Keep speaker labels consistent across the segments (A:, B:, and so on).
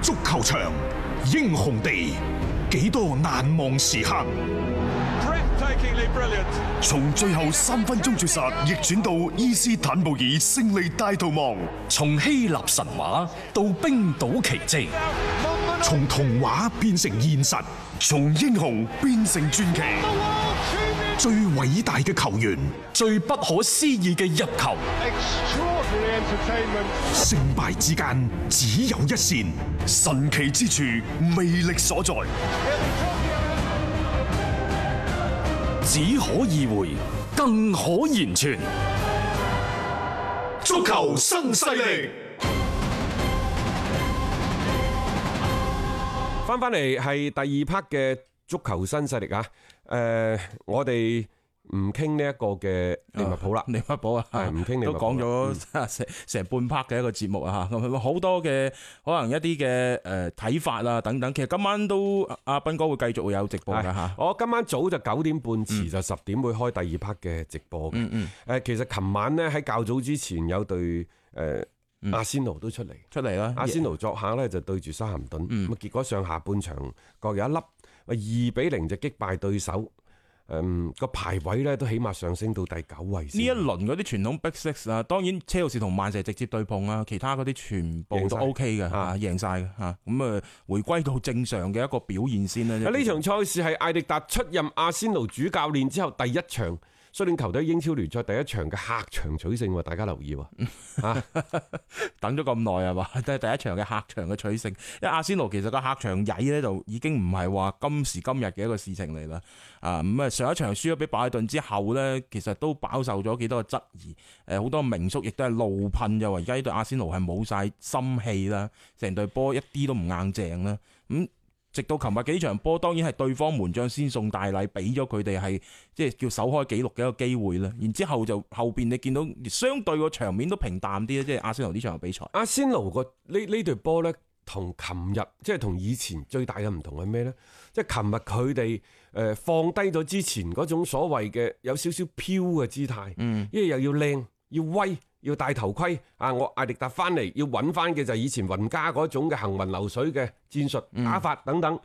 A: 足球場，英雄地，幾多難忘時刻。
B: Breathtakingly brilliant.
C: 從最後三分鐘絕殺逆轉到伊斯坦布爾勝利大逃亡，
D: 從希臘神話到冰島奇蹟，
A: 從童話變成現實，
C: 從英雄變成傳奇。
A: 最偉大嘅球員，
D: 最不可思議嘅入球，
E: Extraordinary entertainment.
A: 勝敗之間只有一線。
C: 神奇之處，魅力所在，
D: 只可意會，更可言傳。
A: 足球新勢力，
F: 翻翻嚟係第二 part 嘅足球新勢力啊！誒、我哋唔傾呢一個嘅利物浦啦，
G: 利物浦啊，
F: 係唔傾利物
G: 都
F: 浦嗯
G: 講咗 成成半 part 嘅一個節目啊，嚇咁好多嘅可能一啲嘅誒睇法啊等等，其實今晚都阿斌哥會繼續會有直播㗎
F: 係
G: 嚇，嗯
F: 我今晚早就九點半，遲就十點會開第二 part 嘅直播嘅。誒、其實琴晚呢，喺較早之前有隊誒、
G: 嗯
F: 阿仙奴都出嚟，
G: 出嚟啦，
F: 阿仙奴作客呢就對住沙咸頓，咁、
G: 嗯
F: 啊結果上下半場各有一粒，喂二比零就擊敗對手。誒個、排位呢都起碼上升到第九位先。
G: 呢一輪嗰啲傳統 Big Six 啊，當然車路士同曼城直接對碰啊，其他嗰啲全部
F: 贏
G: 都
F: 晒
G: OK 嘅
F: 啊
G: 嚇，贏晒嘅嚇。咁啊，回歸到正常嘅一個表現先啦。
F: 啊呢場賽事係艾迪達出任阿仙奴主教練之後第一場。率領球隊英超聯賽第一場嘅客場取勝喎，大家留意喎。啊
G: 等咗咁耐係嘛，都係第一場嘅客場嘅取勝。因為阿仙奴其實個客場曳呢，就已經唔係話今時今日嘅一個事情嚟啦。啊咁啊，上一場輸咗俾拜頓之後呢，其實都飽受咗幾多嘅質疑。誒好多名宿亦都係怒噴就話，而家呢隊阿仙奴係冇晒心氣啦，成隊波一啲都唔硬淨啦。咁、直到琴日幾場波，當然係對方門將先送大禮，俾咗佢哋係即係叫首開紀錄嘅一個機會啦。然之後就後邊你見到相對個場面都平淡啲啊即係阿仙奴呢場比賽。
F: 阿仙奴個呢呢隊波呢，同琴日即係同以前最大嘅唔同係咩呢？即係琴日佢哋誒放低咗之前嗰種所謂嘅有少少飄嘅姿態，
G: 嗯，
F: 因為又要靚，要威，要戴頭盔啊！我艾迪達翻嚟要揾翻嘅就係以前雲加嗰種嘅行雲流水嘅戰術
G: 嗯
F: 打法等等。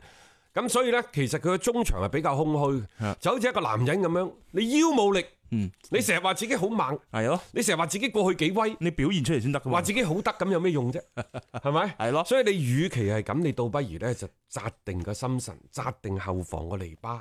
F: 咁所以呢，其實佢嘅中場係比較空虛嘅
G: 啊，
F: 就好似一個男人咁樣，你腰冇力，
G: 嗯
F: 你成日話自己好猛，
G: 係咯，
F: 你成日話自己過去幾威，
G: 你表現出嚟先得㗎
F: 話
G: 嘛。
F: 自己好得咁有咩用 啫？係咪？
G: 係咯，
F: 所以你與其係咁，你倒不如呢就扎定個心神，扎定後防個籬笆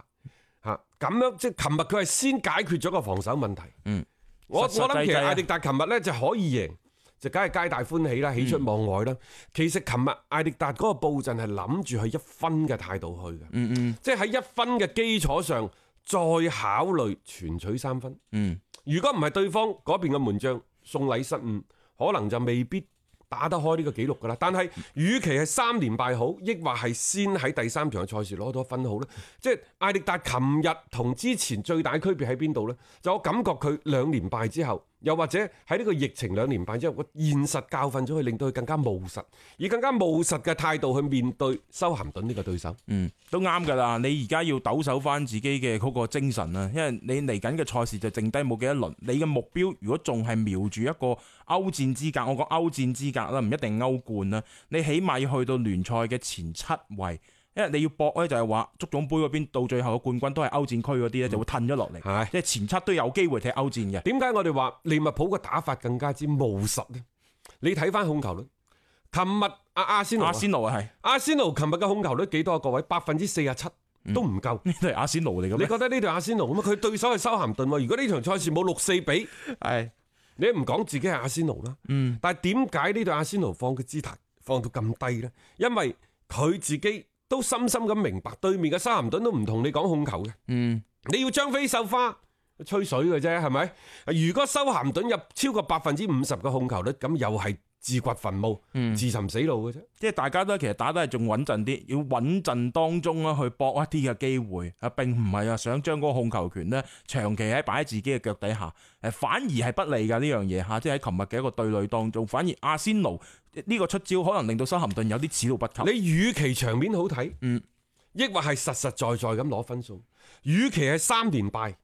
F: 嚇，咁樣即係琴日佢係先解決咗個防守問題。
G: 嗯，
F: 我我
G: 實實際
F: 諗其
G: 際
F: 實
G: 啊
F: 艾迪達琴日呢就可以贏，就梗係皆大歡
G: 嗯
F: 喜啦，喜出望外啦。其實琴日艾迪達嗰個佈陣係諗住去一分嘅態度去嘅，
G: 嗯嗯
F: 即係喺一分嘅基礎上再考慮全取三分。
G: 嗯，
F: 如果唔係對方嗰邊嘅門將送禮失誤，可能就未必打得開呢個紀錄㗎啦。但係，與其係三連敗好，抑或係先喺第三場嘅賽事攞到一分好呢？即係艾力達琴日同之前最大區別喺邊度呢？就我感覺佢兩連敗之後，又或者喺呢個疫情兩年敗之後，我現實教訓咗佢，令到佢更加務實，以更加務實嘅態度去面對修咸頓呢個對手。
G: 嗯，都啱㗎啦。你而家要抖擻翻自己嘅嗰個精神啦，因為你嚟緊嘅賽事就剩低冇幾多輪，你嘅目標如果仲係瞄住一個歐戰資格，我講歐戰資格啦，唔一定歐冠啦，你起碼要去到聯賽嘅前七位。因為你要搏咧，就係話足總杯嗰邊到最後嘅冠軍都係歐戰區嗰啲咧，就會褪咗落嚟，
F: 係
G: 即係前七都有機會踢歐戰嘅。
F: 點解我哋話利物浦嘅打法更加之務實呢？你睇翻控球率，琴日阿阿仙奴啊
G: 阿仙奴啊，係
F: 阿仙奴琴日嘅控球率幾多啊？各位，百分之四十七
G: 嗯
F: 都唔夠。
G: 呢隊係阿仙奴嚟嘅
F: 你
G: 咩？
F: 覺得呢隊阿仙奴咁啊？佢對手係修咸頓喎。如果呢場賽事冇六四比，
G: 係
F: 你唔講自己係阿仙奴啦。
G: 嗯，
F: 但係點解呢隊阿仙奴放嘅姿態放到咁低呢？因為佢自己都深深咁明白對面嘅修咸頓都唔同你講控球嘅。
G: 嗯
F: 你要張飛繡花吹水嘅啫，係咪？如果修咸頓入超過百分之五十嘅控球率，咁又係自掘墳墓、
G: 嗯。
F: 自尋死路嘅啫。
G: 即係大家都其實打得係仲穩陣啲，要穩陣當中啦去搏一啲嘅機會啊，並唔係啊想將嗰個控球權呢長期喺擺喺自己嘅腳底下，誒反而係不利㗎呢樣嘢嚇，即係喺琴日嘅一個對壘當中，反而阿仙奴呢個出招可能令到修咸頓有啲始料不及。
F: 你與其場面好睇，
G: 嗯，
F: 抑或係實實在在咁攞分數，與其係三連敗，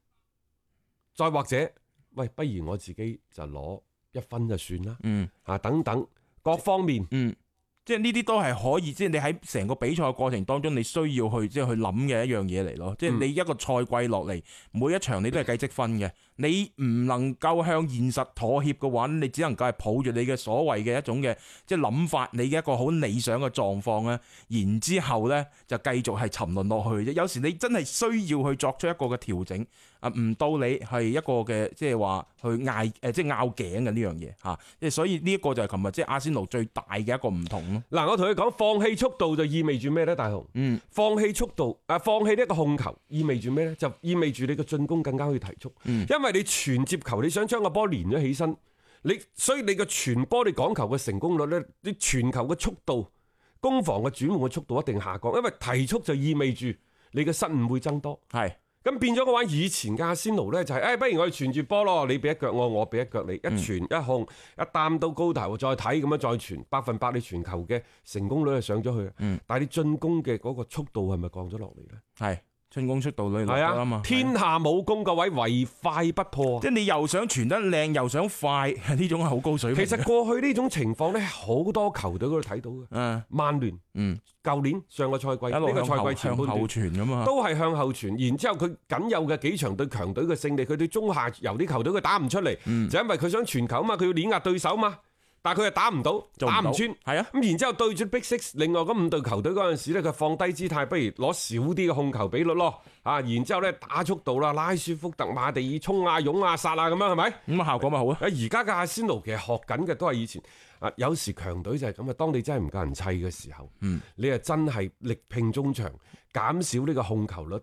F: 再或者喂，不如我自己就攞一分就算啦，
G: 嗯
F: 啊等等各方面
G: 嗯即係呢啲都係可以，即係你喺成個比賽過程當中，你需要去即係去諗嘅一樣嘢嚟咯。即係你一個賽季落嚟，每一場你都係計積分嘅，你唔能夠向現實妥協嘅話，你只能夠係抱住你嘅所謂嘅一種嘅即係諗法，你嘅一個好理想嘅狀況咧，然之後呢，就繼續係沉淪落去啫。有時你真係需要去作出一個嘅調整。啊，唔到你係一個嘅，即係話去嗌誒，即係拗頸嘅呢樣嘢嚇，即係所以呢一個就係琴日即係阿仙奴最大嘅一個唔同咯。
F: 嗱，我同你講，放棄速度就意味住咩呢？大雄，
G: 嗯，
F: 放棄速度啊，放棄呢一個控球意味住咩呢？就意味住你嘅進攻更加可以提速，
G: 嗯
F: 因為你傳接球，你想將個波連咗起身，你所以你嘅傳波，你講求嘅成功率呢，你傳球嘅速度、攻防嘅轉換嘅速度一定下降，因為提速就意味住你嘅失誤會增多。
G: 係
F: 咁變咗嘅話，以前嘅阿仙奴呢，就係、誒，不如我哋傳住波咯，你俾一腳我，我俾一腳你，一
G: 嗯
F: 傳一控，一擔到高頭，再睇咁樣再傳，百分百你傳球嘅成功率係上咗去，
G: 嗯
F: 但係你進攻嘅嗰個速度係咪降咗落嚟呢？
G: 係進攻速度裏落
F: 係
G: 啦
F: 啊
G: 嘛，，
F: 天下武功各位唯快不破啊
G: 即係你又想傳得靚又想快， 呢種係好高水平
F: 其
G: 嘅。
F: 實過去呢種情況呢，好多球隊嗰度睇到嘅，
G: 嗯
F: 曼聯
G: 嗯，
F: 舊年上個賽季
G: 一
F: 呢
G: 路
F: 個
G: 向後
F: 賽季前
G: 向
F: 半段
G: 後。傳咁啊嘛，
F: 都係向後傳，然之後佢僅有嘅幾場對強隊嘅勝利，佢對中下游啲球隊佢打唔出嚟，
G: 嗯
F: 就因為佢想傳球嘛，佢要碾壓對手嘛，但係佢又打唔到，
G: 做
F: 打
G: 到
F: 唔穿。
G: 係啊，
F: 咁然之後對住 Big Six 另外嗰五隊球隊嗰陣時咧，佢放低姿態，不如攞少啲嘅控球比率咯，啊，然之後咧打速度啦，拉舒福特、馬地爾、衝啊、勇啊、殺啊咁樣係咪？
G: 咁啊效果咪好啊
F: 啊！。而家嘅阿仙奴其實學緊嘅都係以前啊，有時強隊就係咁啊。當你真係唔夠人砌嘅時候，
G: 嗯
F: 你啊真係力拼中場，減少呢個控球率，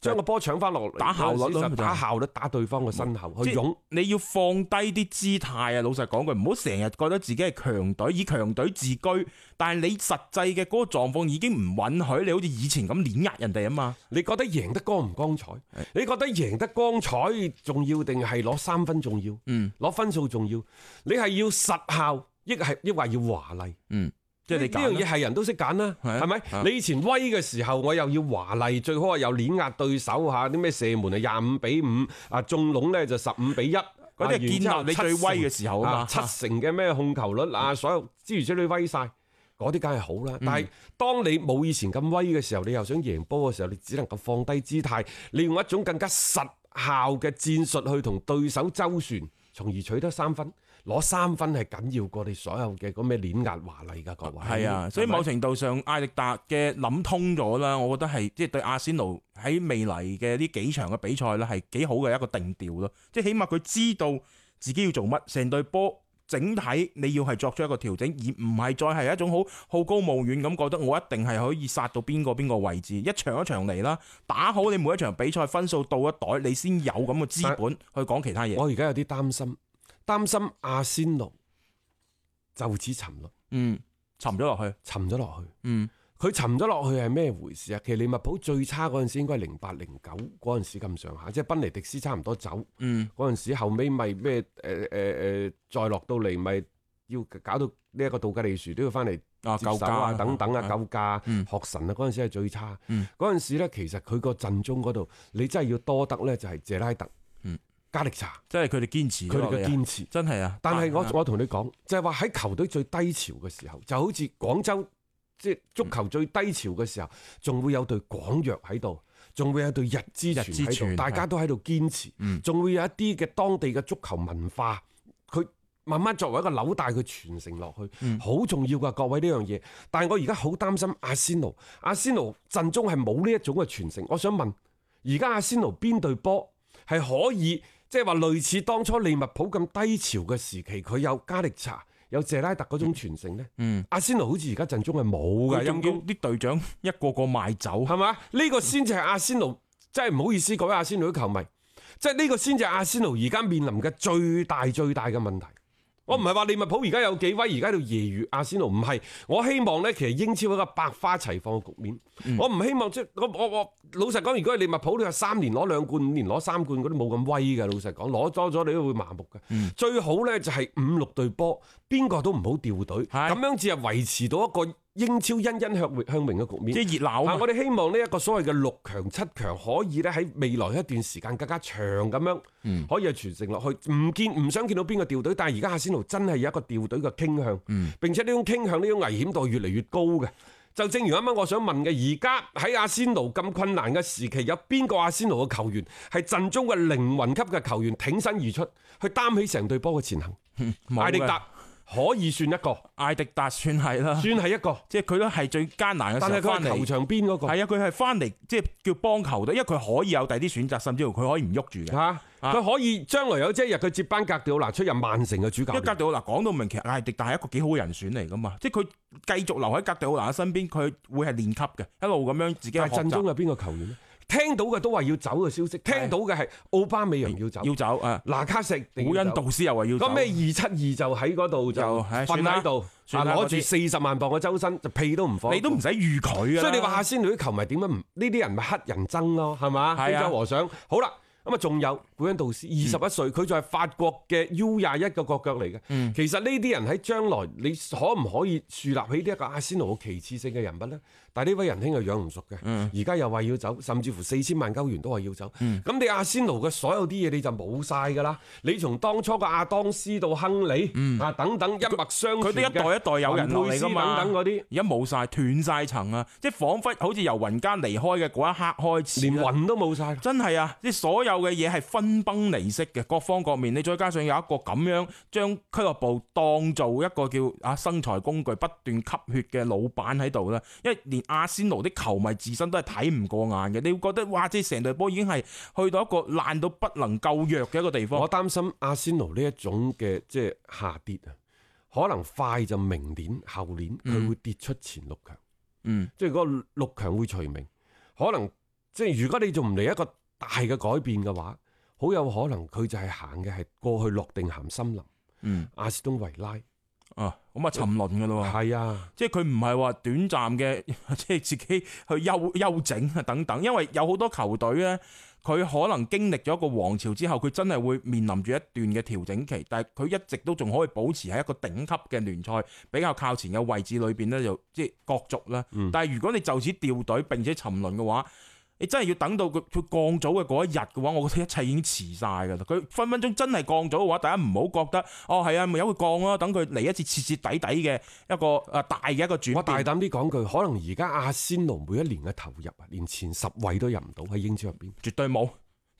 F: 將個波搶翻落嚟，
G: 打效率咯
F: 有時就
G: 咪就係
F: 打效率，打對方個身後去
G: 即係
F: 擁。
G: 你要放低啲姿態啊！老實講句，唔好成日覺得自己係強隊，以強隊自居。但係你實際嘅嗰個狀況已經唔允許你好似以前咁碾壓人哋啊嘛。
F: 你覺得贏得光唔光彩？你覺得贏得光彩重要定係攞三分重要？
G: 嗯，
F: 攞分數重要？你係要實效，抑係抑或要華麗？
G: 即係你
F: 嗯呢樣嘢
G: 揀啦
F: 係人都識揀啦，
G: 係啊
F: 係咪？
G: 啊
F: 你以前威嘅時候，我又要華麗，最好係有碾壓對手嚇，啲咩射門啊廿五比五，啊中籠咧就十五比一，啊
G: 嗰啲係建立你最威嘅時候啊嘛。
F: 七成嘅咩控球率啊，所有諸如此類威晒，嗰啲梗係好
G: 嗯
F: 啦。但係當你冇以前咁威嘅時候，你又想贏波嘅時候，你只能夠放低姿態，利用一種更加實效嘅戰術去同對手周旋，從而取得三分。攞三分係緊要過你所有嘅嗰咩碾壓華麗㗎，各位。嗯
G: 係啊，所以
F: 係咪
G: 某程度上，艾力達嘅諗通咗啦，我覺得係即係對阿仙奴喺未來嘅呢幾場嘅比賽咧，係幾好嘅一個定調咯。即係起碼佢知道自己要做乜，成隊波整體你要係作出一個調整，而唔係再係一種好好高騖遠咁覺得我一定係可以殺到邊個邊個位置，一場一場嚟啦，打好你每一場比賽分數到一袋，你先有咁嘅資本去講其他嘢。
F: 我而家有啲擔心，擔心阿仙奴就此沉落，
G: 嗯，沉咗落去，
F: 沉咗落去。
G: 嗯，
F: 佢沉咗落去係咩回事啊？其實利物浦最差嗰陣時應該係零八零九嗰陣時咁上下，即係賓尼迪斯差唔多走
G: 嗯，
F: 嗰陣時，後尾咪咩誒誒誒再落到嚟咪要搞到呢一個杜格利樹都要翻嚟
G: 啊，
F: 接
G: 夠
F: 手
G: 價
F: 啊等等啊，救價、
G: 嗯
F: 學神啊嗰陣時係最差。
G: 嗯
F: 嗰陣時咧，其實佢個陣中嗰度，你真係要多得咧就係謝拉特、
G: 嗯
F: 加力查
G: 即係佢哋堅持咗
F: 佢
G: 落
F: 哋
G: 嚟
F: 嘅
G: 啊。
F: 堅持。
G: 真係啊！
F: 但係我
G: 啊
F: 我同你講，就係話喺球隊最低潮嘅時候，就好似廣州即係足
G: 嗯
F: 球最低潮嘅時候，仲會有隊廣藥喺度，仲會有隊日之泉
G: 日之
F: 喺度，
G: 泉
F: 大家都喺度堅持
G: 嗯，
F: 仲會有一啲嘅當地嘅足球文化，佢慢慢作為一個紐帶，佢傳承落
G: 嗯
F: 去，好重要㗎，各位呢樣嘢。但係我而家好擔心阿仙奴，阿仙奴陣中係冇呢一種嘅傳承。我想問，而家阿仙奴邊隊波係可以即係話類似當初利物浦咁低潮嘅時期，佢有加力查、有謝拉特嗰種傳承呢？
G: 嗯，
F: 阿仙奴好似而家陣中係冇
G: 佢
F: 㗎，
G: 仲
F: 陰
G: 要
F: 公
G: 啊啲隊長一個個賣走，
F: 係嘛？呢個先至係阿仙奴，真係唔好意思各位阿仙奴啲球迷，即係呢個先至係阿仙奴而家面臨嘅最大最大嘅問題。我唔係話利物浦而家有幾威，而家喺度揶揄阿仙奴，唔係。我希望呢，其實英超係一個百花齊放嘅局面。我唔希望即係我我我老實講，如果係利物浦，你話三年攞兩冠，五年攞三冠嗰啲冇咁威嘅。老實講，攞多咗你都會麻木嘅。最好呢就係五六隊波，邊個都唔好掉隊，
G: 係
F: 咁樣只係維持到一個英超欣欣向榮向榮嘅局面。
G: 即係熱鬧
F: 啊
G: 啊！嘛
F: 我。哋希望呢一個所謂嘅六強、七強，可以咧喺未來一段時間更加長咁樣，
G: 嗯
F: 可以係傳承落去。唔見唔想見到邊個掉隊，但係而家阿仙奴真係有一個掉隊嘅傾向，
G: 嗯
F: 並且呢種傾向、呢種危險度越嚟越高嘅。就正如啱啱我想問嘅，而家喺阿仙奴咁困難嘅時期，有邊個阿仙奴嘅球員係陣中嘅靈魂級嘅球員挺身而出，去擔起成隊波嘅前行？
G: 冇
F: 艾迪
G: 嘅
F: 達可以算一個，
G: 艾迪達算係啦，
F: 算係一個，
G: 即係佢都係最艱難嘅
F: 但係
G: 時候
F: 佢
G: 翻
F: 係球
G: 嚟。
F: 場邊嗰、個。
G: 係啊，佢係翻嚟即係叫幫球隊，因為佢可以有第啲選擇，甚至乎佢可以唔喐住嘅。啊
F: 嚇，佢可以將來有朝一日佢接班格調拿出任曼城嘅主教
G: 因為格
F: 練。
G: 迪奧拿講到明，其實艾迪達係一個幾好嘅人選嚟噶嘛，即係佢繼續留喺格迪奧拿身邊，佢會係練級嘅，一路咁樣自己去
F: 但
G: 學
F: 係陣中
G: 習。
F: 有邊個球員呢？聽到嘅都話要走嘅消息，聽到嘅係奧巴美揚要走，
G: 要走啊！
F: 拿卡石定
G: 古
F: 要
G: 恩
F: 走
G: 道斯又話要走
F: 嗰咩二七二就喺嗰度就
G: 就唉
F: 瞓
G: 算啦
F: 喺度，啊
G: 算
F: 攞
G: 啦嗰
F: 住
G: 啲
F: 四十萬磅嘅周薪，就屁都唔放。
G: 你都唔使預佢啊！
F: 所以你話阿仙奴啲球迷點解唔呢啲人咪黑人憎咯，係嘛？非
G: 係啊嗯
F: 洲和尚好啦。咁啊，仲有古恩道斯，二十一歲，佢就係法國嘅 U 廿一嘅國腳嚟嘅。
G: 嗯
F: 其實呢啲人喺將來，你可唔可以樹立起呢一個阿仙奴嘅旗幟性嘅人物呢？但係呢位仁兄係養唔熟嘅，
G: 嗯
F: 而家又話要走，甚至乎四千萬歐元都話要走。咁你阿仙奴嘅所有啲嘢你就冇晒㗎啦。你從當初嘅阿當斯到亨利啊等等一脈相
G: 嗯
F: 傳
G: 佢哋一代一代有人落嚟噶嘛，
F: 等等嗰啲。
G: 而家冇晒，斷晒層啊！即係彷彿好似由雲間離開嘅嗰一刻開始，
F: 連雲都冇晒啦。
G: 真係啊！即係所有嘅嘢係分崩離析嘅，各方各面。你再加上有一個咁樣將俱樂部當做一個叫啊生財工具，不斷吸血嘅老闆喺度啦。因為連阿仙奴啲球迷自身都係睇唔過眼嘅，你會覺得哇！即係成隊波已經係去到一個爛到不能救藥嘅一個地方
F: 我。擔心阿仙奴呢一種嘅即係下跌啊，可能快就明年後年佢會跌出前六強，
G: 嗯，
F: 即係嗰個六強會除名。可能即係如果你仲唔嚟一個大嘅改變嘅話，好有可能佢就係行嘅係過去諾定咸森林、
G: 嗯
F: 阿士東維拉。
G: 啊，咁啊沉淪噶咯喎。
F: 係啊，
G: 即係佢唔係話短暫嘅， 即係自己去休休整啊等等，因為有好多球隊呢，佢可能經歷咗一個王朝之後，佢真係會面臨住一段嘅調整期，但係佢一直都仲可以保持喺一個頂級嘅聯賽比較靠前嘅位置裏邊呢，就即係角逐啦。但係如果你就此掉隊並且沉淪嘅話，你真係要等到佢佢降組嘅嗰一日嘅話，我覺得一切已經遲晒㗎啦。佢分分鐘真係降組嘅話，哎大家唔好覺得哦係啊，咪由佢降咯，等佢嚟一次徹徹底底嘅一個誒大嘅一個轉
F: 我大
G: 變，
F: 膽啲講句，可能而家阿仙奴每一年嘅投入啊，連前十位都入唔到喺英超入邊。
G: 絕對冇。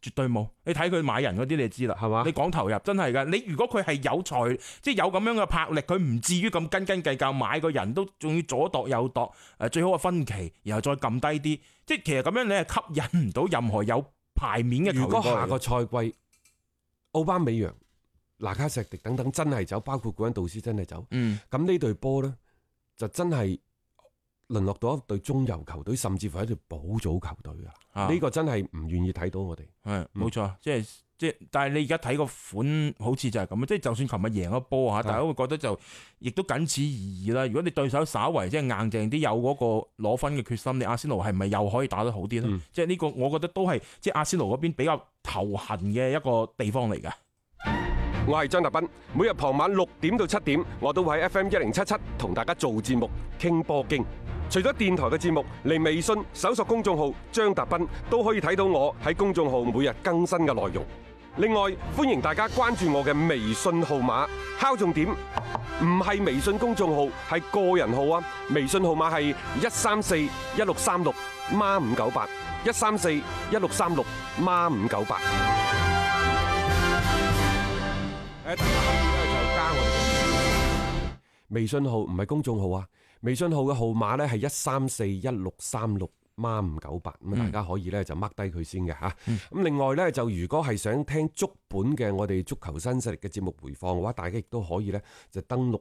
G: 絕對冇，你睇佢買人嗰啲你就知啦，
F: 係嘛
G: 你講投入真係㗎，你如果佢係有才，即係有咁樣嘅魄力，佢唔至於咁斤斤計較買個人都仲要左度右度，誒最好嘅分期，然後再撳低啲，即係其實咁樣你係吸引唔到任何有牌面嘅球員
F: 如果
G: 過嚟
F: 下個賽季奧巴美揚、拿卡石迪等等真係走，包括古恩導師真係走，
G: 嗯
F: 咁呢隊波呢，就真係淪落到一隊中游球隊，甚至乎係一隊保組球隊啊！
G: 啊
F: 呢個真係唔願意睇到我哋。
G: 係冇錯，即係即係，但係你而家睇個款好似就係咁，即係就算琴日贏咗波
F: 啊
G: 嚇，大家會覺得就亦都僅此而已啦。如果你對手稍為即係硬淨啲，有嗰個攞分嘅決心，你阿仙奴係咪又可以打得好啲
F: 嗯
G: 咧？即係呢個我覺得都係即係阿仙奴嗰邊比較頭痕嘅一個地方嚟㗎。
F: 我係張達斌，每日傍晚六點到七點，我都會喺 FM 一零七七同大家做節目傾波經。除咗電台嘅節目，嚟微信搜索公眾號張達斌都可以睇到我喺公眾號每日更新嘅內容。另外，歡迎大家關注我嘅微信號碼，敲重點，唔係微信公眾號，係個人號啊！微信號碼係一三四一六三六孖五九八，一三四一六三六孖五九八。誒，大家就加我哋微信號，唔係公眾號啊！微信號嘅號碼咧係一三四一六三六。孖五九八咁啊，大家可以咧就 mark 低佢先嘅嚇。咁另外咧就如果係想聽足本嘅我哋足球新勢力嘅節目回放嘅話，大家亦都可以咧就登錄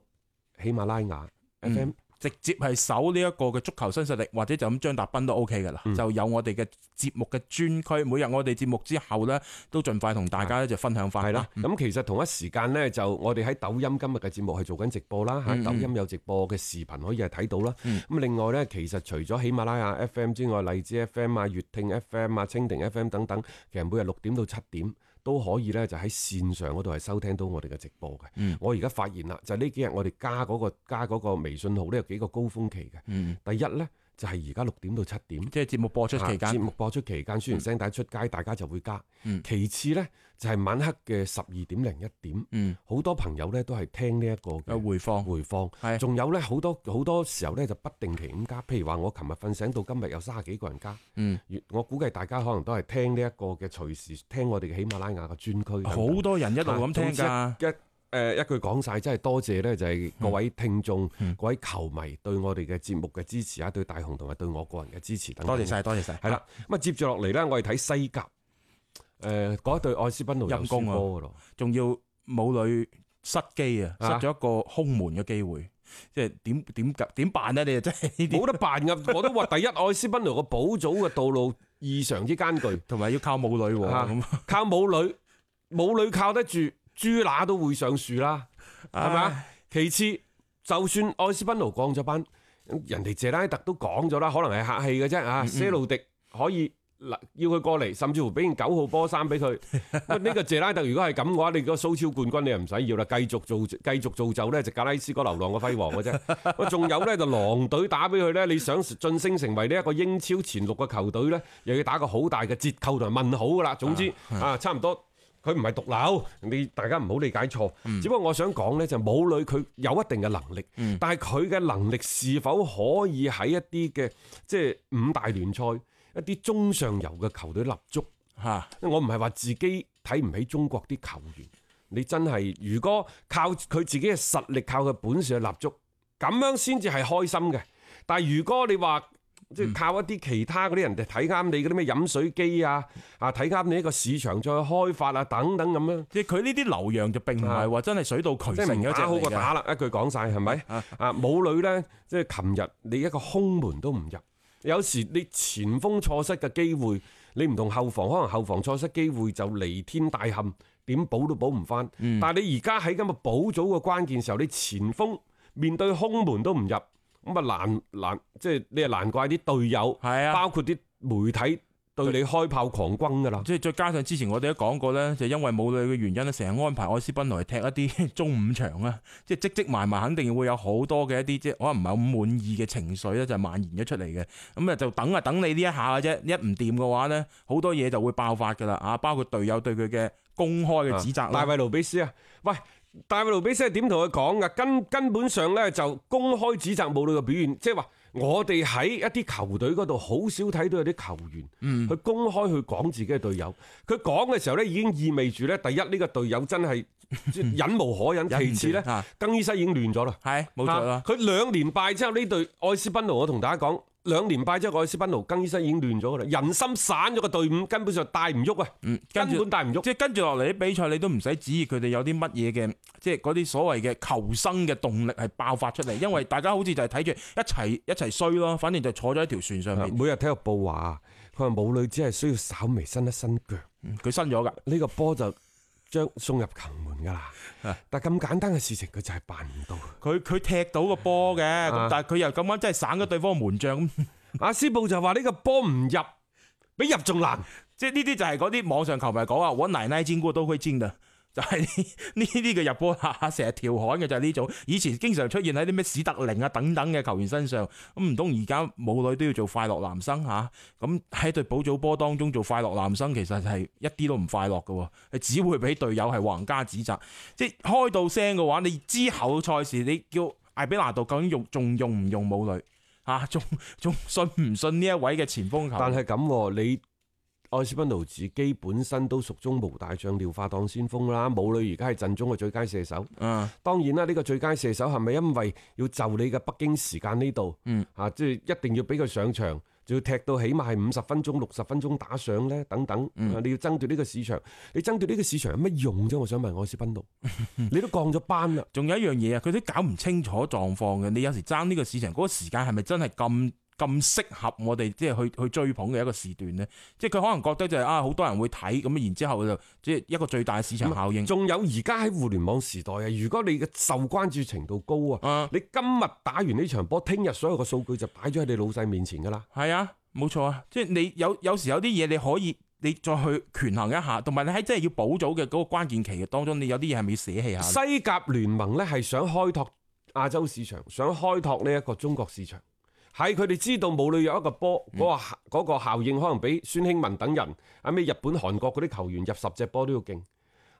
F: 喜馬拉雅 FM
G: 嗯直接係搜呢一個嘅足球新勢力，或者就咁張達斌都 OK 噶啦，
F: 嗯
G: 就有我哋嘅節目嘅專區，每日我哋節目之後呢，都盡快同大家咧就分享翻。啊
F: 係啊啦，咁其實同一時間呢，就我哋喺抖音今日嘅節目係做緊直播啦，
G: 嗯
F: 嚇、抖音有直播嘅視頻可以係睇到啦。咁、另外呢，其實除咗喜馬拉雅 FM 之外，荔枝 FM 啊、粵聽 FM 啊、蜻蜓 FM 等等，其實每日六點到七點。都可以呢，就喺線上嗰度係收聽到我哋嘅直播嘅。
G: 嗯
F: 我而家發現啦，就係呢幾日我哋加嗰、個加嗰個微信號呢，有幾個高峰期嘅。
G: 嗯，
F: 第一呢，就係而家六點到七點。
G: 即係節目播出期
F: 啊節
G: 間，
F: 目播出期間，宣傳聲帶出街，大家就會加。
G: 嗯
F: 其次呢，就係晚黑嘅十二點零一點，
G: 嗯，
F: 好多朋友呢都係聽呢一個嘅
G: 有啊呃回放，
F: 回放。
G: 係啊
F: 仲有呢，好多好多時候呢就不定期咁加，譬如話我琴日瞓醒到今日有三十幾個人加，
G: 嗯，
F: 越我估計大家可能都係聽呢一個嘅隨時聽我哋嘅喜馬拉雅嘅專區等等。
G: 好多人一路咁聽㗎嗯
F: 啊，總之一一誒一句講晒，真係多謝呢，就係各位聽眾、各位球迷對我哋嘅節目嘅支持啊，對大雄同埋對我個人嘅支持等等。
G: 多謝晒，多謝晒，
F: 係啦，咁啊接住落嚟咧，我哋睇西甲，誒嗰一對愛斯賓奴又
G: 陰公
F: 輸
G: 啊
F: 波噶咯，
G: 仲要母女失機啊，失
F: 啊
G: 咗一個空門嘅機會，即係點點點辦咧？你就真係呢啲，
F: 冇得辦噶，我都話第一愛斯賓奴個保組嘅道路異常之艱巨，
G: 同埋要靠母女喎，
F: 啊
G: 咁
F: 靠母女， 母女靠得住，豬乸都會上樹啦，係咪啊？其次，就算愛斯賓奴降咗班，人哋謝拉特都講咗啦，可能係客氣嘅啫
G: 嗯
F: 啊，些路迪可以。嗱，要佢過嚟，甚至乎俾件九號波衫俾佢。 喂呢個謝拉特如果係咁嘅話，你個蘇超冠軍你又唔使要啦，繼續造繼續造就咧就格拉斯哥流浪嘅輝煌嘅啫。喂，仲有咧就狼隊打俾佢咧，你想晉升成為呢一個英超前六嘅球隊咧，又要打個好大嘅折扣同埋問號噶啦。總之啊，差唔多。佢唔係毒瘤，你大家唔好理解錯。只不過我想講呢，就母女佢有一定嘅能力，但係佢嘅能力是否可以喺一啲嘅即係五大聯賽一啲中上游嘅球隊立足？
G: 嚇
F: 我唔係話自己睇唔起中國啲球員，你真係如果靠佢自己嘅實力，靠佢本事去立足，咁樣先至係開心嘅。但係如果你話，即係靠一啲其他嗰啲人哋睇啱你嗰啲咩飲水機啊，啊睇啱你一個市場再開發啊等等咁樣，
G: 即係佢呢啲流量就並唔係話啊真係水到渠
F: 即
G: 成
F: 係唔
G: 嗰只
F: 打好過打啦，一句講晒係咪？啊母女呢，即係琴日你一個空門都唔入，有時你前鋒錯失嘅機會，你唔同後防，可能後防錯失機會就離天大陷，點補都補唔翻。但係你而家喺咁嘅補組嘅關鍵時候，你前鋒面對空門都唔入，咁啊難難即係你係難怪啲隊友，
G: 係啊
F: 包括啲媒體對你開炮狂轟㗎啦。
G: 即係再加上之前我哋都講過咧，就因為母女嘅原因咧，成日安排愛斯賓來踢一啲 中午場啦，即係積積埋埋，肯定會有好多嘅一啲即係可能唔係好滿意嘅情緒咧，就蔓延咗出嚟嘅。咁啊就等啊等你呢一下嘅啫，一唔掂嘅話咧，好多嘢就會爆發㗎啦啊！包括隊友對佢嘅公開嘅指責
F: 大
G: 啦，
F: 衛盧比斯啊，喂，大衛盧比斯係點同佢講噶？根根本上咧就公開指責武磊嘅表現，即係話我哋喺一啲球隊嗰度好少睇到有啲球員，嗯，去公開去講自己嘅隊友。佢講嘅時候咧，已經意味住咧，第一呢、個隊友真 係即係忍無可忍，
G: 忍唔住
F: 其次咧
G: 啊
F: 更衣室已經亂咗啦。
G: 係冇錯啦
F: 啊。佢兩連敗之後，呢隊愛斯賓奴，我同大家講，兩連敗之後，愛斯賓奴更衣室已經亂咗噶啦，人心散咗個隊伍，根本上帶唔喐啊，
G: 嗯，
F: 根
G: 跟住
F: 本帶唔喐。
G: 即係跟住落嚟啲比賽，你都唔使指意佢哋有啲乜嘢嘅，即係嗰啲所謂嘅求生嘅動力係爆發出嚟，因為大家好似就係睇住一齊一齊衰咯，反正就坐咗喺條船上面，
F: 啊每日體育報話，佢話母女只係需要稍微伸一伸腳，
G: 嗯佢伸咗㗎，
F: 呢、個波就將送入球門㗎啦。但咁簡單嘅事情，佢就係辦唔到。
G: 佢佢踢到個波嘅，咁但係佢又咁啱真係省咗對方嘅門將，咁
F: 阿斯布就話呢個波唔入，比入仲難。
G: 即係呢啲就係嗰啲網上球迷講啊，我奶奶煎過都會煎啊。 就係呢呢啲嘅入波下成日調侃嘅就係呢種，以前經常出現喺啲咩史特靈啊等等嘅球員身上，咁唔通而家母女都要做快樂男生吓？咁喺對補組波當中做快樂男生，其實係一啲都唔快樂嘅喎，係只會俾隊友係橫加指責，即係開到聲嘅話，你之後賽事你叫艾比拿度究竟用仲用唔用母女啊？仲仲信唔信呢一位嘅前鋒球員？
F: 但係咁喎，你愛斯賓奴自己本身都屬中無大將，廖化當先鋒啦。母女而家係陣中嘅最佳射手。
G: 嗯
F: 當然啦，呢、個最佳射手係咪因為要就你嘅北京時間呢度？
G: 嗯，
F: 啊，即係一定要俾佢上場，仲要踢到起碼係五十分鐘、六十分鐘打上呢等等。啊你要爭奪呢個市場，你爭奪呢個市場有乜用啫？我想問愛斯賓奴，你都降咗班啦，
G: 仲有一樣嘢啊，佢都搞唔清楚狀況嘅。你有時爭呢個市場嗰、個時間係咪真係咁咁適合我哋即係去去追捧嘅一個時段呢？即係佢可能覺得就係、啊，好多人會睇咁，然之後就即係一個最大嘅市場效應。
F: 仲有而家喺互聯網時代啊，如果你嘅受關注程度高啊，
G: 啊，
F: 你今日打完呢場波，聽日所有嘅數據就擺咗喺你老細面前㗎啦。
G: 係啊，冇錯啊，即係你有有時有啲嘢你可以。你再去權衡一下，同埋你喺真係要補組嘅嗰個關鍵期嘅當中，你有啲嘢係咪要捨棄下？
F: 西甲聯盟呢係想開拓亞洲市場，想開拓呢一個中國市場。喺佢哋知道母女有一個波，嗰、個嗰個效應可能比孫興文等人啊咩日本、韓國嗰啲球員入十隻波都要勁。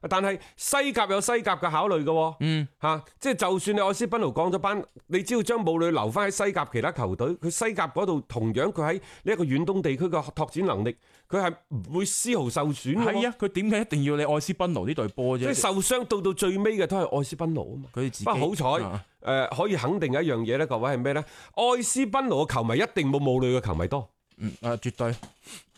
F: 但係西甲有西甲嘅考慮嘅喎，嗯嚇，即係就算你愛斯賓奴降咗班，你只要將母女留翻喺西甲其他球隊，佢西甲嗰度同樣佢喺呢一個遠東地區嘅拓展能力，佢係唔會絲毫受損嘅喎。
G: 係啊，佢點解一定要你愛斯賓奴呢隊波
F: 即係
G: 啫？
F: 受傷到到最尾嘅都係愛斯賓奴啊嘛。
G: 佢哋自己
F: 不過好彩，誒、
G: 啊
F: 可以肯定一樣嘢咧，各位係咩咧？愛斯賓奴嘅球迷一定冇母女嘅球迷多。
G: 嗯啊，絕對。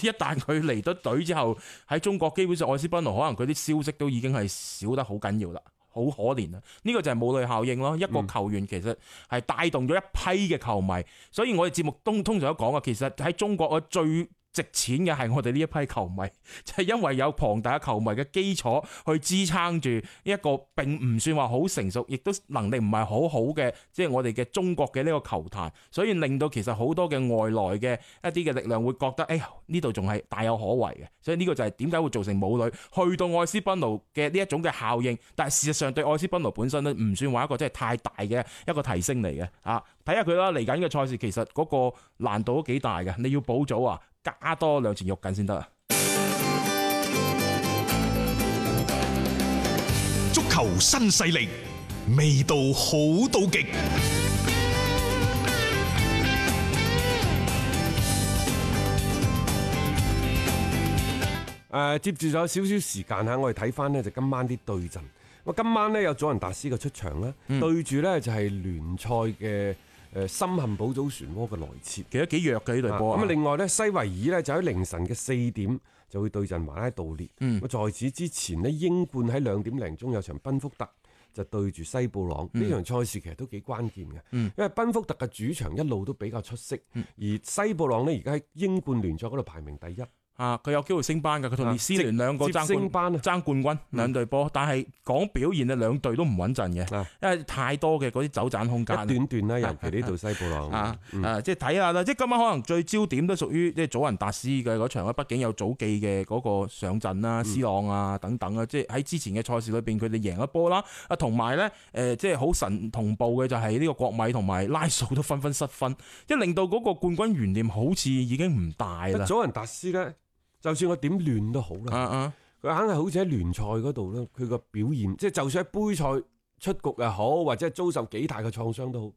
G: 一旦佢嚟得隊之後，喺中國基本上愛斯賓奴可能佢啲消息都已經係少得好緊要啦，好可憐啊！呢、個就係母女效應咯。一個球員其實係帶動咗一批嘅球迷，所以我哋節目通通常都講啊，其實喺中國嘅最值錢嘅係我哋呢一批球迷， 就係、因為有龐大嘅球迷嘅基礎去支撐住一個並唔算話好成熟，亦都能力唔係好好嘅，即、係、我哋嘅中國嘅呢個球壇，所以令到其實好多嘅外來嘅一啲嘅力量會覺得，哎呀呢度仲係大有可為嘅，所以呢個就係點解會造成母女去到愛斯賓奴嘅呢一種嘅效應，但係事實上對愛斯賓奴本身咧唔算話一個真係太大嘅一個提升嚟嘅啊！睇下佢啦，嚟緊嘅賽事其實嗰個難度都幾大嘅，你要補組啊，加多兩錢肉緊先得啊！
A: 足球新勢力，味道好到極。
F: 誒、接住仲有少少時間嚇，我哋睇翻呢就今晚啲對陣。咁今晚呢，有祖雲達斯嘅出場啦，
G: 嗯
F: 對住呢就係聯賽嘅誒深陷保組漩渦嘅萊切。
G: 其實幾弱嘅呢隊
F: 啊
G: 波啊
F: 咁啊，另外呢，西維爾呢就喺凌晨嘅四點就會對陣華拉道列。咁、
G: 嗯
F: 啊在此之前呢，英冠喺兩點零鐘有場賓福特就對住西布朗。呢、
G: 嗯
F: 場賽事其實都幾關鍵嘅，因為賓福特嘅主場一路都比較出色，
G: 嗯
F: 而西布朗呢而家喺英冠聯賽嗰度排名第一。
G: 啊，佢有機會升班㗎，佢同列斯聯兩個
F: 啊接接
G: 爭
F: 升
G: 冠
F: 班啊
G: 爭冠軍兩隊波，但係講表現咧兩隊都唔穩陣嘅
F: 啊，
G: 因為太多嘅嗰啲走盞空間
F: 一段嗯段啦，尤其呢 度西布朗。
G: 啊啊！即係睇下啦，即係今晚可能最焦點都屬於即係祖雲達斯嘅嗰場啦，畢竟有祖記嘅嗰個上陣
F: 嗯
G: 啦、斯朗啊等等啊，即係喺之前嘅賽事裏邊佢哋贏一波啦，啊同埋咧誒即係好神同步嘅就係呢個國米同埋拉素都紛紛失分，即係令到嗰個冠軍懸念好似已經唔大啦。
F: 祖雲達斯呢，就算我點亂都好
G: 啊
F: 啦，
G: 啊！
F: 佢硬係好似喺聯賽嗰度呢，佢個表現，即係就算喺杯賽出局又好，或者係遭受幾大嘅創傷都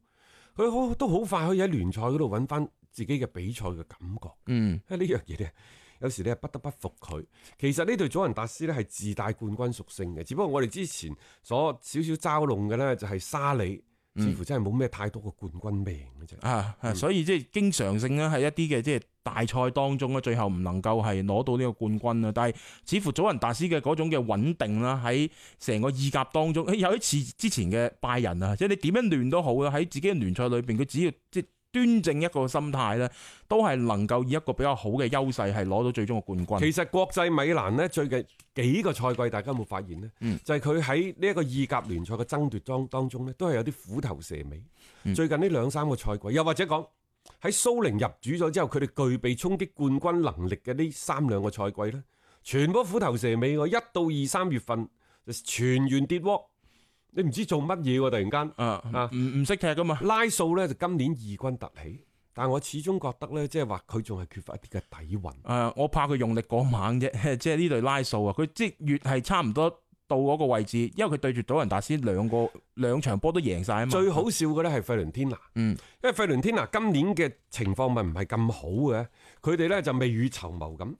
F: 好，佢好都好快可以喺聯賽嗰度揾翻自己嘅比賽嘅感覺。
G: 嗯，
F: 啊呢樣嘢咧，有時你係不得不服佢。其實呢隊祖雲達斯呢係自帶冠軍屬性嘅，只不過我哋之前所少少嘲弄嘅呢，就係沙里，似乎真係冇咩太多嘅冠軍命嘅啫。
G: 啊，啊所以即係經常性咧，喺一啲嘅即係大賽當中咧，最後唔能夠係攞到呢個冠軍啊。但係似乎祖雲達斯嘅嗰種嘅穩定啦，喺成個意甲當中，誒有一次之前嘅拜仁啊，即係你點樣亂都好啦，啊喺自己嘅聯賽裏邊，佢只要即係端正一個心態咧，都係能夠以一個比較好嘅優勢係攞到最終嘅冠軍。
F: 其實國際米蘭呢，最近幾個賽季，大家有冇發現呢？就係佢喺呢一個意甲聯賽嘅爭奪當當中呢，都係有啲虎頭蛇尾。最近呢兩三個賽季，又或者講喺蘇寧入主咗之後，佢哋具備衝擊冠軍能力嘅呢三兩個賽季呢，全部都虎頭蛇尾喎。一到二三月份就全員跌鍋，你唔知做乜嘢喎，突然間。
G: 啊
F: 啊，
G: 唔唔識踢噶嘛，
F: 拉素呢，就今年異軍突起，但我始終覺得呢，即係話佢仲係缺乏一啲嘅底韻。
G: 誒、呃我怕佢用力過猛啫， 即係呢隊拉數啊！佢即係越係差唔多到嗰個位置，因為佢對住祖雲達斯兩個兩場波都贏晒啊嘛。
F: 最好笑嘅咧係費倫天拿，
G: 嗯
F: 因為費倫天拿今年嘅情況咪唔係咁好嘅，佢哋咧就未雨綢繆咁，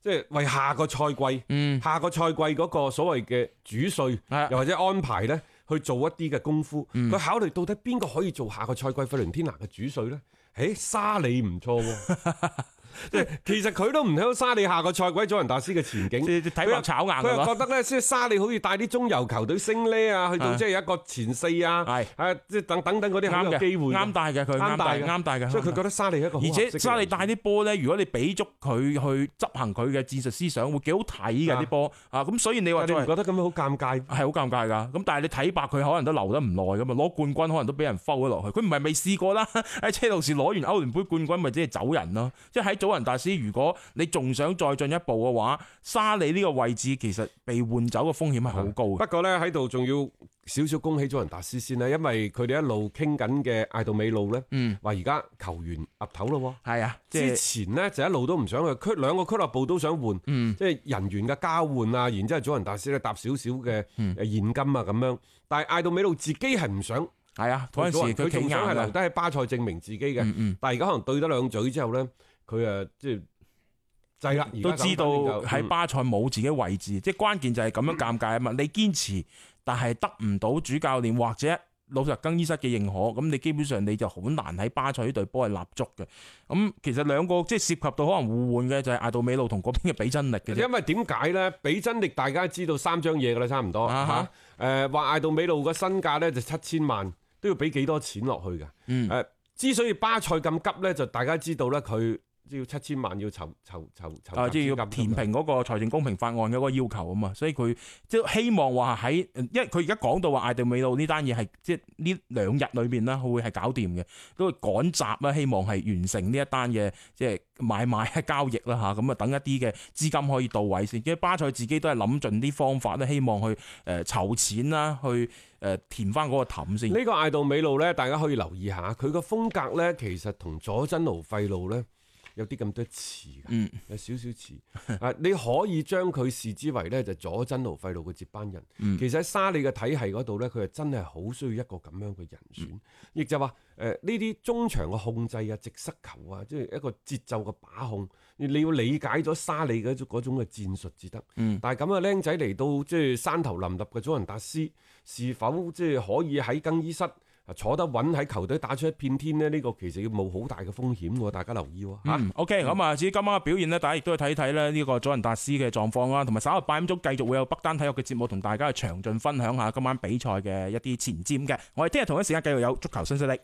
F: 即係為下個賽季、
G: 嗯
F: 下個賽季嗰個所謂嘅主帥，
G: 啊嗯
F: 又或者安排咧去做一啲嘅功夫，佢、考慮到底邊個可以做下個賽季費倫天拿嘅主帥咧？誒沙利唔錯喎， 即係其實佢都唔睇到沙利下個賽季喺祖雲達斯嘅前景，
G: 即係睇落炒硬㗎
F: 佢又
G: 嘛
F: 覺得咧，即係沙利好似帶啲中游球隊升呢啊，去到
G: 係
F: 即係有一個前四啊，
G: 係
F: 啊，即係等等等嗰啲好
G: 啱
F: 有
G: 嘅，
F: 機會嘅，
G: 啱帶嘅佢，啱帶啱帶嘅。
F: 所以佢
G: 啱帶
F: 覺得沙利係一個好合
G: 而
F: 適嘅人選，
G: 且沙利帶啲波咧，如果你俾足佢去執行佢嘅戰術思想，會幾好睇嘅
F: 啊
G: 啲波啊！咁所以你話
F: 但係
G: 作
F: 你
G: 為
F: 唔覺得咁樣好尷尬？
G: 係好尷尬㗎，咁但係你睇白佢可能都留得唔耐㗎嘛，攞冠軍可 能都俾人摟咗落去。佢唔係未試過啦，喺車路士攞完歐聯杯冠軍咪即係走人咯，即係喺祖祖雲達斯如果你仲想再進一步嘅話，沙利呢個位置其實被換走嘅風險係好高嘅。
F: 不過呢，喺度仲要少少恭喜咗人達斯先啦，因為佢哋一路傾緊嘅嗌到尾路呢，
G: 嗯，
F: 話而家球員岌頭咯喎。
G: 係啊，即
F: 之
G: 係
F: 前呢，就一路都唔想去，俱兩個俱樂部都想換，
G: 嗯
F: 即係人員嘅交換啊，然之後祖雲達斯咧搭少少嘅誒
G: 嗯
F: 現金啊咁樣，但係嗌到尾路自己係唔想，
G: 係啊，嗰陣時
F: 佢
G: 佢企
F: 仲
G: 硬
F: 想係留
G: 嘅
F: 低，喺巴塞證明自己嘅，
G: 嗯嗯，
F: 但係而家可能對得兩嘴之後呢，佢誒即係制啦，而家
G: 都
F: 咁反
G: 知
F: 正
G: 道
F: 就
G: 喺
F: 嗯
G: 巴塞冇自己位置，即係關鍵就係咁樣尷尬啊嘛。你堅持，但係得唔到主教練或者老實更衣室嘅認可，咁你基本上你就好難喺巴塞呢隊波係立足嘅。咁其實兩個即係涉及到可能互換嘅就係艾杜美路同嗰邊嘅比真力嘅啫。
F: 因為點解咧？比真力大家知道三張嘢噶啦，差唔多
G: 啊哈
F: 嚇。誒話嗌到美路個身價咧就七千萬，都要俾幾多錢落去㗎？誒、
G: 嗯
F: 之所以巴塞咁急咧，就大家知道咧，佢要七千萬要籌籌籌籌
G: 啊，
F: 集資
G: 即係
F: 金㗎
G: 要
F: 嘛
G: 填平嗰個財政公平法案嘅嗰個要求啊嘛，所以佢即係希望話喺，因為佢而家講到話艾杜美路呢單嘢係即係呢兩日裏邊啦，會係搞掂嘅，都會趕集啦，希望係完成呢一單嘅即係買賣啊交易啦吓，咁啊等一啲嘅資金可以到位先。因為巴塞自己都係諗盡啲方法咧，希望去誒籌錢啦，去誒填翻嗰個氹先。
F: 呢個嗌到美路咧，大家可以留意下佢個風格咧，其實同佐真奴費路咧有啲咁多似㗎，
G: 嗯
F: 有少少似。 啊，你可以將佢視之為咧就佐真奴費路嘅接班人。
G: 嗯
F: 其實喺沙利嘅體系嗰度咧，佢係真係好需要一個咁樣嘅人
G: 嗯
F: 選，亦、就話誒呢啲中場嘅控制啊、直塞球啊，即係一個節奏嘅把控，你你要理解咗沙利嘅嗰種嘅戰術至得。
G: 嗯
F: 但係咁啊，僆仔嚟到即係山頭林立嘅祖雲達斯，是否即係可以喺更衣室？啊坐得穩喺球隊打出一片天呢，呢、個其實要冒好大嘅風險喎，大家留意喎嚇。
G: 嗯，OK，咁啊，至於今晚嘅表現呢，大家亦都去睇睇咧呢個祖雲達斯嘅狀況啦，啊同埋稍後八點鐘繼續會有北單體育嘅節目，同大家去詳盡分享下今晚比賽嘅一啲前瞻嘅。我哋聽日同一時間繼續有足球新勢力。